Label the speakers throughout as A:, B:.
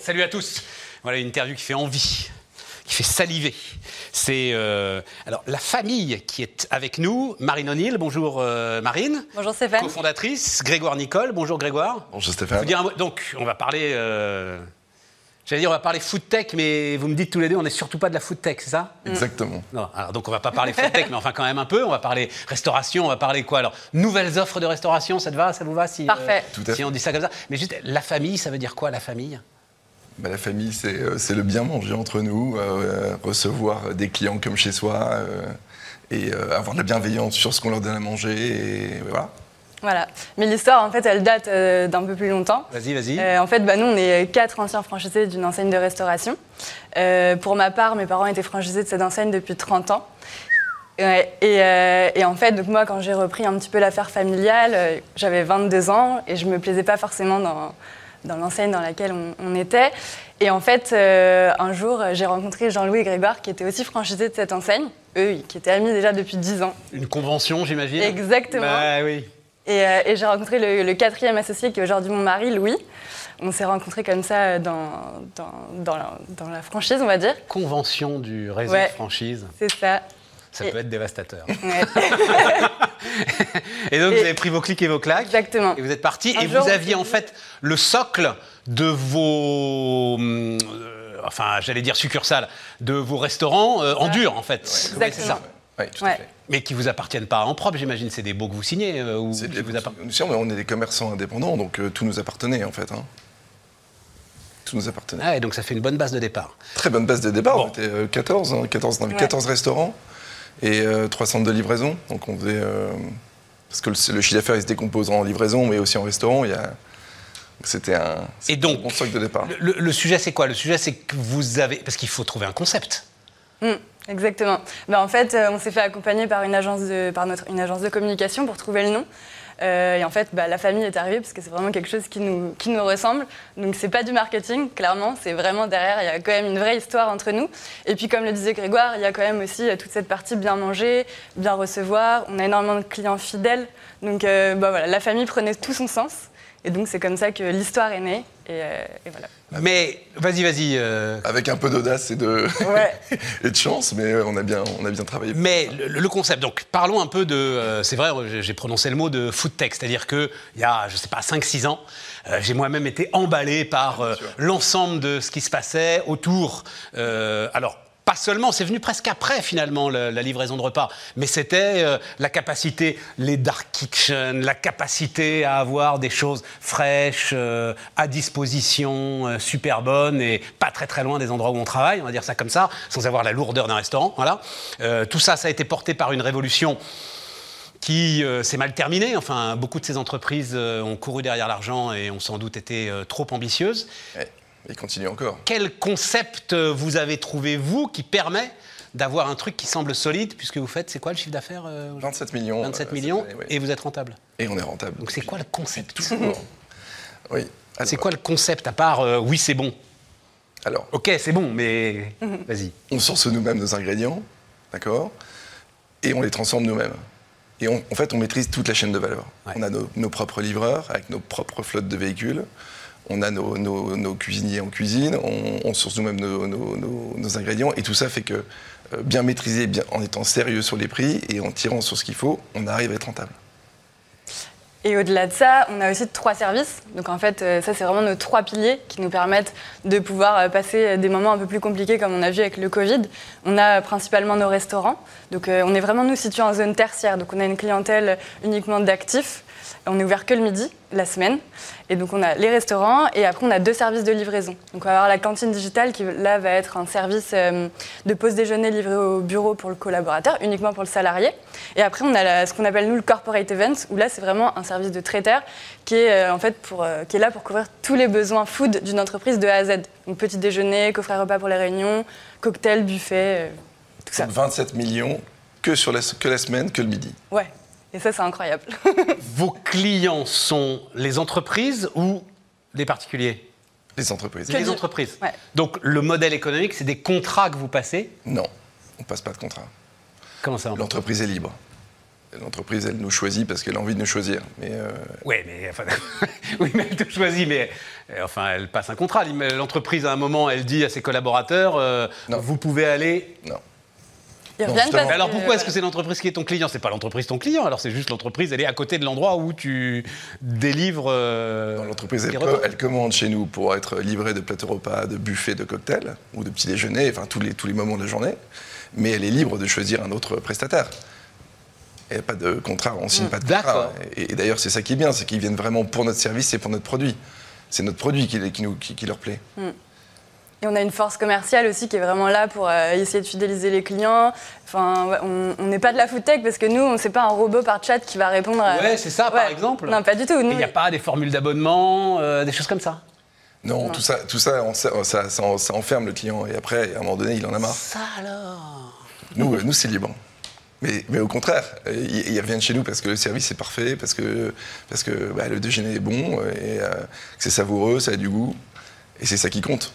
A: Salut à tous. Voilà une interview qui fait envie, qui fait saliver. C'est euh, alors la famille qui est avec nous. Marine O'Neill, bonjour euh, Marine.
B: Bonjour Stéphane.
A: Cofondatrice. Grégoire Nicole, bonjour Grégoire.
C: Bonjour
A: Je
C: Stéphane.
A: veux dire un mot- donc on va parler. euh, J'allais dire on va parler food tech, mais vous me dites tous les deux on n'est surtout pas de la food tech, c'est ça
C: Exactement.
A: non, alors donc on va pas parler food tech, mais enfin quand même un peu. On va parler restauration, on va parler quoi Alors nouvelles offres de restauration, ça te va, ça vous va si euh,
B: Parfait.
C: Tout à
A: si
C: fait.
A: on dit ça comme ça. Mais juste la famille, ça veut dire quoi la famille
C: Bah, la famille, c'est euh, c'est le bien manger entre nous, euh, recevoir des clients comme chez soi euh, et euh, avoir de la bienveillance sur ce qu'on leur donne à manger. Et voilà.
B: Voilà. Mais l'histoire, en fait, elle date euh, d'un peu plus longtemps.
A: Vas-y, vas-y.
B: Euh, en fait, bah, nous, on est quatre anciens franchisés d'une enseigne de restauration. Euh, pour ma part, mes parents étaient franchisés de cette enseigne depuis 30 ans. Ouais, et, euh, et en fait, donc moi, quand j'ai repris un petit peu l'affaire familiale, euh, j'avais 22 ans et je me plaisais pas forcément dans, dans l'enseigne dans laquelle on, on était. Et en fait, euh, un jour, j'ai rencontré Jean-Louis Grégoire, qui était aussi franchisé de cette enseigne, eux, qui étaient amis déjà depuis 10 ans.
A: Une convention, j'imagine.
B: Exactement.
A: Bah oui.
B: Et, euh, et j'ai rencontré le, le quatrième associé qui est aujourd'hui mon mari, Louis. On s'est rencontrés comme ça euh, dans, dans, dans la, dans la franchise, on va dire.
A: Convention du réseau
B: Ouais.
A: de franchise,
B: C'est ça.
A: ça
B: Et-
A: peut être dévastateur.
B: Ouais,
A: Et donc
B: Et-
A: vous avez pris vos clics et vos claques.
B: exactement.
A: Et vous êtes parti
B: Un
A: et
B: jour,
A: vous
B: on
A: aviez
B: s'est
A: en
B: dit-
A: fait le socle de vos, hum, euh, enfin j'allais dire succursales, de vos restaurants euh, en dur en fait.
B: Ouais.
A: Ouais, c'est ça.
B: Exactement.
C: Ouais, tout à
B: Ouais.
C: fait.
A: Mais qui vous appartiennent pas en propre, j'imagine. C'est des baux que vous signez euh, ou
C: C'est
A: qui
C: des-
A: vous appartiennent.
C: Nous, si, on est- on est des commerçants indépendants, donc euh, tout nous appartenait en fait. hein. Tout nous appartenait.
A: Ah, et donc ça fait une bonne base de départ.
C: Très bonne base de départ.
A: Bon.
C: On était euh, 14, hein, 14, on avait
B: Ouais.
C: 14 restaurants et euh, 3 centres de livraison. Donc on faisait. euh, parce que le, le chiffre d'affaires, il se décompose en livraison, mais aussi en restaurant. Il y a- C'était un,
A: Et donc,
C: bon socle de départ.
A: le, le- le sujet c'est quoi Le sujet c'est que vous avez, parce qu'il faut trouver un concept.
B: Mm, exactement. Ben, en fait, euh, on s'est fait accompagner par, une agence, de, par notre, une agence de communication pour trouver le nom. Euh, et en fait, bah, la famille est arrivée parce que c'est vraiment quelque chose qui nous, qui nous ressemble. Donc, c'est pas du marketing, clairement. C'est vraiment derrière, il y a quand même une vraie histoire entre nous. Et puis, comme le disait Grégoire, il y a quand même aussi euh, toute cette partie bien manger, bien recevoir. On a énormément de clients fidèles. Donc, euh, bah, voilà, la famille prenait tout son sens. Et donc, c'est comme ça que l'histoire est née. Et, euh, et voilà.
C: Ah
A: Mais vas-y, vas-y. euh,
C: Avec un peu d'audace et de,
B: Ouais.
C: et de chance, mais euh, on a bien, on a bien travaillé.
A: Mais le, le concept, donc parlons un peu de. euh, c'est vrai, j'ai- j'ai prononcé le mot de food tech, c'est-à-dire qu'il y a, je sais pas, 5-6 ans, euh, j'ai moi-même été emballé par euh, l'ensemble de ce qui se passait autour. euh, alors. Pas seulement, c'est venu presque après finalement le- la livraison de repas, mais c'était euh, la capacité, les dark kitchen, la capacité à avoir des choses fraîches, euh, à disposition, euh, super bonnes et pas très très loin des endroits où on travaille, on va dire ça comme ça, sans avoir la lourdeur d'un restaurant. Voilà. Euh, tout ça, ça a été porté par une révolution qui euh, s'est mal terminée. Enfin, beaucoup de ces entreprises euh, ont couru derrière l'argent et ont sans doute été euh, trop ambitieuses.
C: Ouais, il continue encore.
A: Quel concept euh, vous avez trouvé, vous, qui permet d'avoir un truc qui semble solide, puisque vous faites, c'est quoi le chiffre d'affaires euh, aujourd'hui
C: 27 millions.
A: 27
C: euh,
A: millions,
C: cette année, ouais.
A: et vous êtes rentable.
C: et... on est rentable.
A: Donc c'est quoi le concept
C: Toujours. Oui. Alors,
A: C'est quoi le concept, à part euh, oui, c'est bon
C: Alors,
A: Ok, c'est bon, mais vas-y.
C: on source nous-mêmes nos ingrédients, d'accord Et on les transforme nous-mêmes. Et on- en fait, on maîtrise toute la chaîne de valeur.
A: Ouais.
C: On a nos, nos propres livreurs, avec nos propres flottes de véhicules. On a nos, nos- nos cuisiniers en cuisine. On, on source nous-mêmes nos, nos- nos- nos ingrédients. Et tout ça fait que, euh, bien maîtrisé, bien, en étant sérieux sur les prix et en tirant sur ce qu'il faut, on arrive à être rentable.
B: Et au-delà de ça, on a aussi trois services. Donc en fait, euh, ça, c'est vraiment nos trois piliers qui nous permettent de pouvoir euh, passer des moments un peu plus compliqués comme on a vu avec le Covid. On a euh, principalement nos restaurants. Donc euh, on est vraiment, nous, situés en zone tertiaire. Donc on a une clientèle uniquement d'actifs. On est ouvert que le midi, la semaine. Et donc on a les restaurants et après on a deux services de livraison. Donc on va avoir la cantine digitale qui là va être un service euh, de pause déjeuner livré au bureau pour le collaborateur, uniquement pour le salarié. Et après on a la- ce qu'on appelle nous le corporate events où là c'est vraiment un service de traiteur qui est euh, en fait pour, euh, qui est là pour couvrir tous les besoins food d'une entreprise de A à Z. Donc petit déjeuner, coffret repas pour les réunions, cocktail, buffet, euh, tout ça.
C: Donc 27 millions que, sur la, que la semaine, que le midi.
B: Ouais. Et ça c'est incroyable.
A: Vos clients sont les entreprises ou les particuliers
C: Les entreprises.
A: Les
B: du-
A: entreprises.
B: Ouais.
A: Donc le modèle économique, c'est des contrats que vous passez.
C: Non, on passe pas de contrat.
A: Comment ça on-
C: L'entreprise est libre. L'entreprise, elle nous choisit parce qu'elle a envie de nous choisir. Mais euh,
A: Oui, mais, enfin, oui, mais elle te choisit, mais euh, enfin, elle passe un contrat. L'entreprise, à un moment, elle dit à ses collaborateurs euh,
C: Non.
A: Vous pouvez aller.
C: non.
B: Ils
C: Non,
B: reviennent
C: justement.
B: parce
A: Mais alors
B: que- euh,
A: pourquoi est-ce que c'est l'entreprise qui est ton client C'est pas l'entreprise ton client, alors c'est juste l'entreprise, elle est à côté de l'endroit où tu délivres. euh,
C: Dans l'entreprise,
A: tes
C: elle,
A: repas.
C: co- elle commande chez nous pour être livrée de plateaux repas, de buffets, de cocktails ou de petits déjeuners, enfin tous les, tous les moments de la journée. Mais elle est libre de choisir un autre prestataire. Il n'y a pas de contrat, on signe pas de
A: Hmm. D'accord.
C: contrat. Et, et d'ailleurs, c'est ça qui est bien, c'est qu'ils viennent vraiment pour notre service et pour notre produit. C'est notre produit qui, les- qui nous, qui- qui leur plaît.
B: Et on a une force commerciale aussi qui est vraiment là pour euh, essayer de fidéliser les clients. Enfin, ouais, on- on n'est pas de la food tech parce que nous, on n'est pas un robot par chat qui va répondre à.
A: Ouais, c'est ça, par exemple.
B: Non, pas du tout.
A: Et
B: Nous,
A: Il n'y a pas des formules d'abonnement, euh, des choses comme ça.
C: Non, tout ça, tout ça, on- ça, ça- ça en- ça enferme le client. Et après, à un moment donné, il en a marre.
A: Ça alors
C: Nous, euh, nous c'est libre. Mais, mais au contraire, euh, ils, ils reviennent chez nous parce que le service est parfait, parce que, parce que bah, le déjeuner est bon, euh, et euh, que c'est savoureux, ça a du goût, et c'est ça qui compte.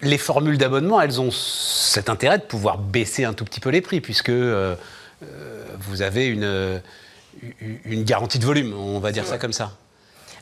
A: Les formules d'abonnement, elles ont cet intérêt de pouvoir baisser un tout petit peu les prix, puisque euh, euh, vous avez une, euh, une garantie de volume, on va dire ça comme ça.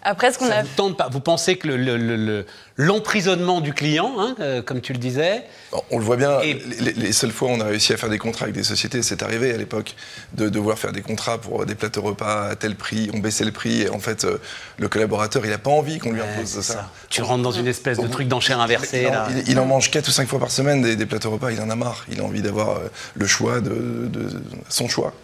B: Après, ce qu'on
A: Ça
B: a.
A: vous tente pas. Vous pensez que le- le- le- le- l'emprisonnement du client, hein, euh, comme tu le disais,
C: On- On le voit bien,
A: Et-
C: les, les- les seules fois où on a réussi à faire des contrats avec des sociétés, c'est arrivé à l'époque de devoir faire des contrats pour des plateaux repas à tel prix, on baissait le prix, et en fait, euh, le collaborateur, il n'a pas envie qu'on lui impose
A: c'est
C: ça.
A: euh, ça. tu rentres dans une espèce de
C: Au bout-
A: truc d'enchère inversée.
C: Il en,
A: là.
C: il- il en mange 4 ou 5 fois par semaine des, des plateaux repas, il en a marre, il a envie d'avoir euh, le choix, de- de son choix.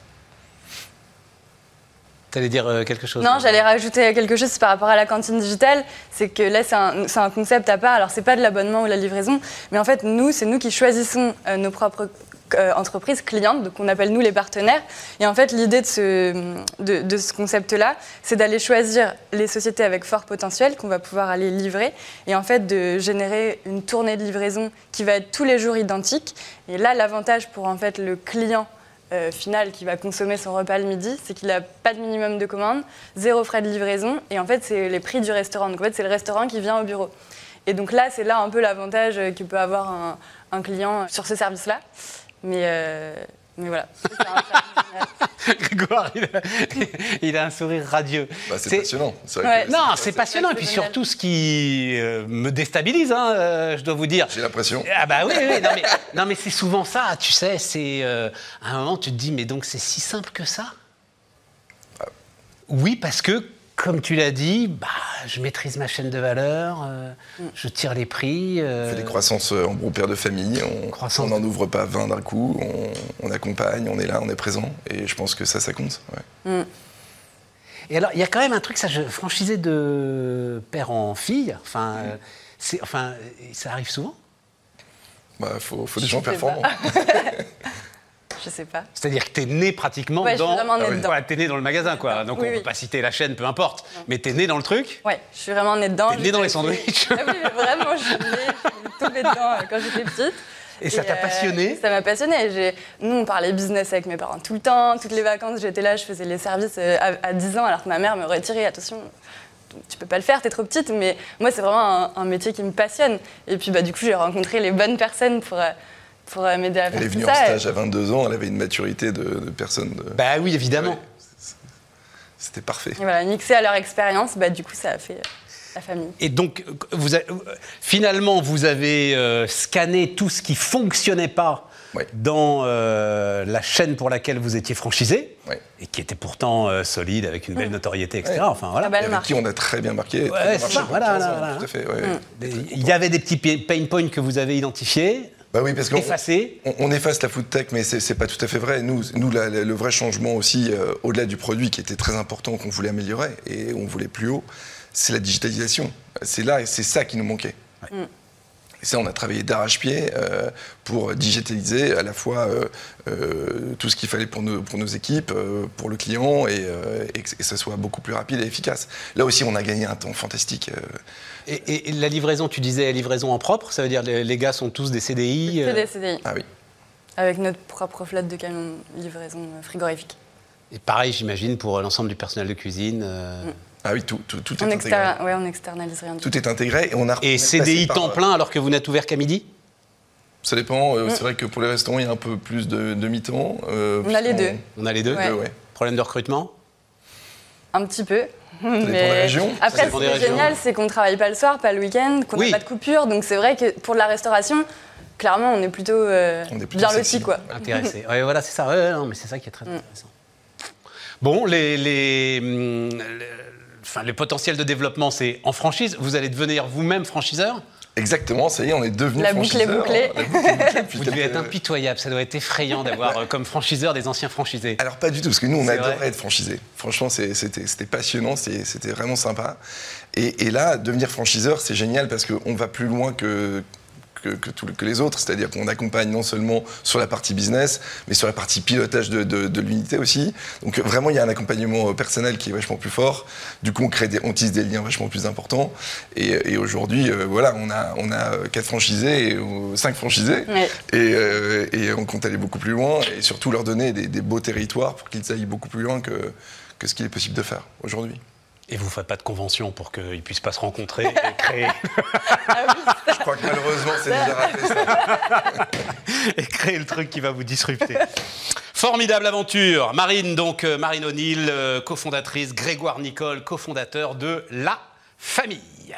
A: T'allais dire euh, quelque chose
B: Non,
A: là.
B: j'allais rajouter quelque chose par rapport à la cantine digitale. C'est que là, c'est un, c'est un concept à part. Alors, c'est pas de l'abonnement ou la livraison, mais en fait, nous, c'est nous qui choisissons euh, nos propres euh, entreprises clientes, donc on appelle nous les partenaires. Et en fait, l'idée de ce, de, de ce concept-là, c'est d'aller choisir les sociétés avec fort potentiel qu'on va pouvoir aller livrer, et en fait de générer une tournée de livraison qui va être tous les jours identique. Et là, l'avantage pour en fait le client euh, final qui va consommer son repas le midi, c'est qu'il n'a pas de minimum de commande, zéro frais de livraison, et en fait, c'est les prix du restaurant. Donc, en fait, c'est le restaurant qui vient au bureau. Et donc là, c'est là un peu l'avantage euh, que peut avoir un, un client sur ce service-là. Mais, euh, mais voilà. C'est un service génial.
A: Grégoire, il a, il a un sourire radieux.
C: Bah, c'est
A: C'est-
C: passionnant. C'est
B: Ouais.
C: vrai que
A: Non, c'est passionnant. Et
B: c'est
A: puis
B: génial.
A: surtout, ce qui euh, me déstabilise, hein, euh, je dois vous dire.
C: J'ai l'impression.
A: Ah bah oui, oui, non mais, non, mais c'est souvent ça, tu sais, c'est... euh, à un moment, tu te dis, mais donc c'est si simple que ça Oui, parce que, comme tu l'as dit, bah, je maîtrise ma chaîne de valeur, euh, je tire les prix...
C: On
A: euh,
C: fait des croissances euh, en bon père de famille, on-
A: Croissance.
C: on n'en ouvre pas 20 d'un coup, on, on accompagne, on est là, on est présent, et je pense que ça, ça compte. ouais.
A: Et alors, il y a quand même un truc, ça, je franchisais de père en fille, enfin, euh, c'est, enfin ça arrive souvent
C: Bah, faut, faut des
B: Je
C: gens
B: sais pas.
C: performants.
B: Je sais pas.
A: C'est-à-dire que t'es né pratiquement
B: Ouais, je suis
A: dans.
B: vraiment née
A: Ah oui.
B: dedans.
A: Voilà, t'es né dans le magasin, quoi. Donc
B: Oui,
A: on ne
B: oui.
A: peut pas citer la chaîne, peu importe. Mais t'es né dans le truc.
B: Ouais, je suis vraiment née dedans.
A: T'es née dans les
B: J'étais-
A: sandwichs.
B: Ah oui, mais vraiment, je suis née, je suis tombée dedans euh, quand j'étais petite.
A: Et ça t'a passionnée
B: euh, Ça m'a passionnée. J'ai- Nous, on parlait business avec mes parents tout le temps. Toutes les vacances, j'étais là, je faisais les services euh, à, à 10 ans, alors que ma mère me retirait. Attention, tu peux pas le faire, t'es trop petite. Mais moi, c'est vraiment un, un métier qui me passionne. Et puis, bah, du coup, j'ai rencontré les bonnes personnes pour, euh, pour euh, m'aider à faire
C: Elle est
B: tout
C: venue
B: ça.
C: en stage à 22 ans, elle avait une maturité de, de personne. de-
A: Bah oui, évidemment.
C: Ouais. C'était parfait.
B: Et voilà, mixé à leur expérience, bah, du coup, ça a fait euh, la famille.
A: Et donc, euh, vous a- euh, finalement, vous avez euh, scanné tout ce qui fonctionnait pas
C: Ouais.
A: dans euh, la chaîne pour laquelle vous étiez franchisé,
C: Ouais.
A: et qui était pourtant euh, solide, avec une belle notoriété, etc.
C: Ouais.
A: Enfin voilà.
B: Ah bah,
C: Et
B: Elle
C: avec
B: marche.
C: qui on a très bien marqué. et
A: Ouais,
C: très bien
A: c'est
C: marché
A: ça,
C: pendant
A: voilà,
C: 15 ans,
A: voilà, Mm.
C: Tout à fait, ouais.
A: Des- Il y avait des petits pi- pain points que vous avez identifiés,
C: Bah oui, parce qu'on
A: effacés.
C: on, on efface la food tech, mais c'est c'est pas tout à fait vrai. Nous, nous la- la- le vrai changement aussi, euh, au-delà du produit qui était très important, qu'on voulait améliorer et on voulait plus haut, c'est la digitalisation. C'est là, et c'est ça qui nous manquait. Et ça, on a travaillé d'arrache-pied euh, pour digitaliser à la fois euh, euh, tout ce qu'il fallait pour nos, pour nos équipes, euh, pour le client, et, euh, et que et ça soit beaucoup plus rapide et efficace. Là aussi, on a gagné un temps fantastique. euh,
A: Et, et- et la livraison, tu disais livraison en propre, ça veut dire les, les gars sont tous des CDI.
B: Que
A: euh,
B: des CDI,
C: ah oui.
B: avec notre propre flotte de camions livraison euh, frigorifique.
A: Et pareil, j'imagine, pour euh, l'ensemble du personnel de cuisine. euh,
B: Mm.
C: Ah oui, tout, tout, tout est
B: On,
C: intégré.
B: externe- ouais, on externalise rien du tout.
C: Tout est intégré et on a
A: Et
C: on est passé
A: CDI
C: par- euh,
A: temps plein alors que vous n'êtes ouvert qu'à midi
C: Ça dépend.
B: Mm.
C: euh, C'est vrai que pour les restaurants, il y a un peu plus de demi-temps. euh,
B: On a les
C: puisqu'on-
B: deux.
A: On a les deux.
B: Ouais.
C: deux, ouais.
A: Problème de recrutement
B: Un petit peu.
C: dépend des régions. Ça
B: Après, ce
A: dépend
B: qui
A: des
B: est
A: régions.
B: génial, c'est qu'on ne travaille pas le soir, pas le week-end, qu'on n'a
A: Oui.
B: pas de coupure. Donc c'est vrai que pour la restauration, clairement, on est plutôt, euh,
C: On est plutôt
B: bien
C: sexy.
B: lotis. Quoi.
A: Intéressé. Ouais, voilà, c'est ça. Ouais, ouais, non, mais c'est ça qui est très intéressant. Bon, les, les, hum, le- enfin, le potentiel de développement, c'est en franchise. Vous allez devenir vous-même franchiseur
C: Exactement, ça y est, on est devenu
B: La boucle est
C: franchiseur.
B: bouclée.
C: La boucle est bouclée. euh, Puis
A: Vous
C: tel
A: devez
C: que-
A: être impitoyable. Ça doit être effrayant d'avoir euh, comme franchiseur des anciens franchisés.
C: Alors pas du tout, parce que nous on
A: C'est
C: adorait
A: vrai.
C: être franchisé. Franchement, c'est- c'était c'était passionnant, c'est- c'était vraiment sympa. Et, et là, devenir franchiseur, c'est génial parce qu'on va plus loin que que, que tout- que les autres, c'est-à-dire qu'on accompagne non seulement sur la partie business, mais sur la partie pilotage de, de- de l'unité aussi. Donc euh, vraiment, il y a un accompagnement euh, personnel qui est vachement plus fort. Du coup, on, crée des, on tisse des liens vachement plus importants. Et, et aujourd'hui, euh, voilà, on a, on a euh, quatre franchisés, et, euh, cinq franchisés.
B: Ouais.
C: Et, euh, et on compte aller beaucoup plus loin et surtout leur donner des, des beaux territoires pour qu'ils aillent beaucoup plus loin que, que ce qu'il est possible de faire aujourd'hui.
A: Et vous ne faites pas de convention pour qu'ils puissent pas se rencontrer et créer,
C: Je crois que malheureusement, c'est déjà raté ça.
A: et créer le truc qui va vous disrupter. Formidable aventure. Marine, donc, euh, Marine O'Neill, euh, cofondatrice, Grégoire Nicole, cofondateur de La Famille.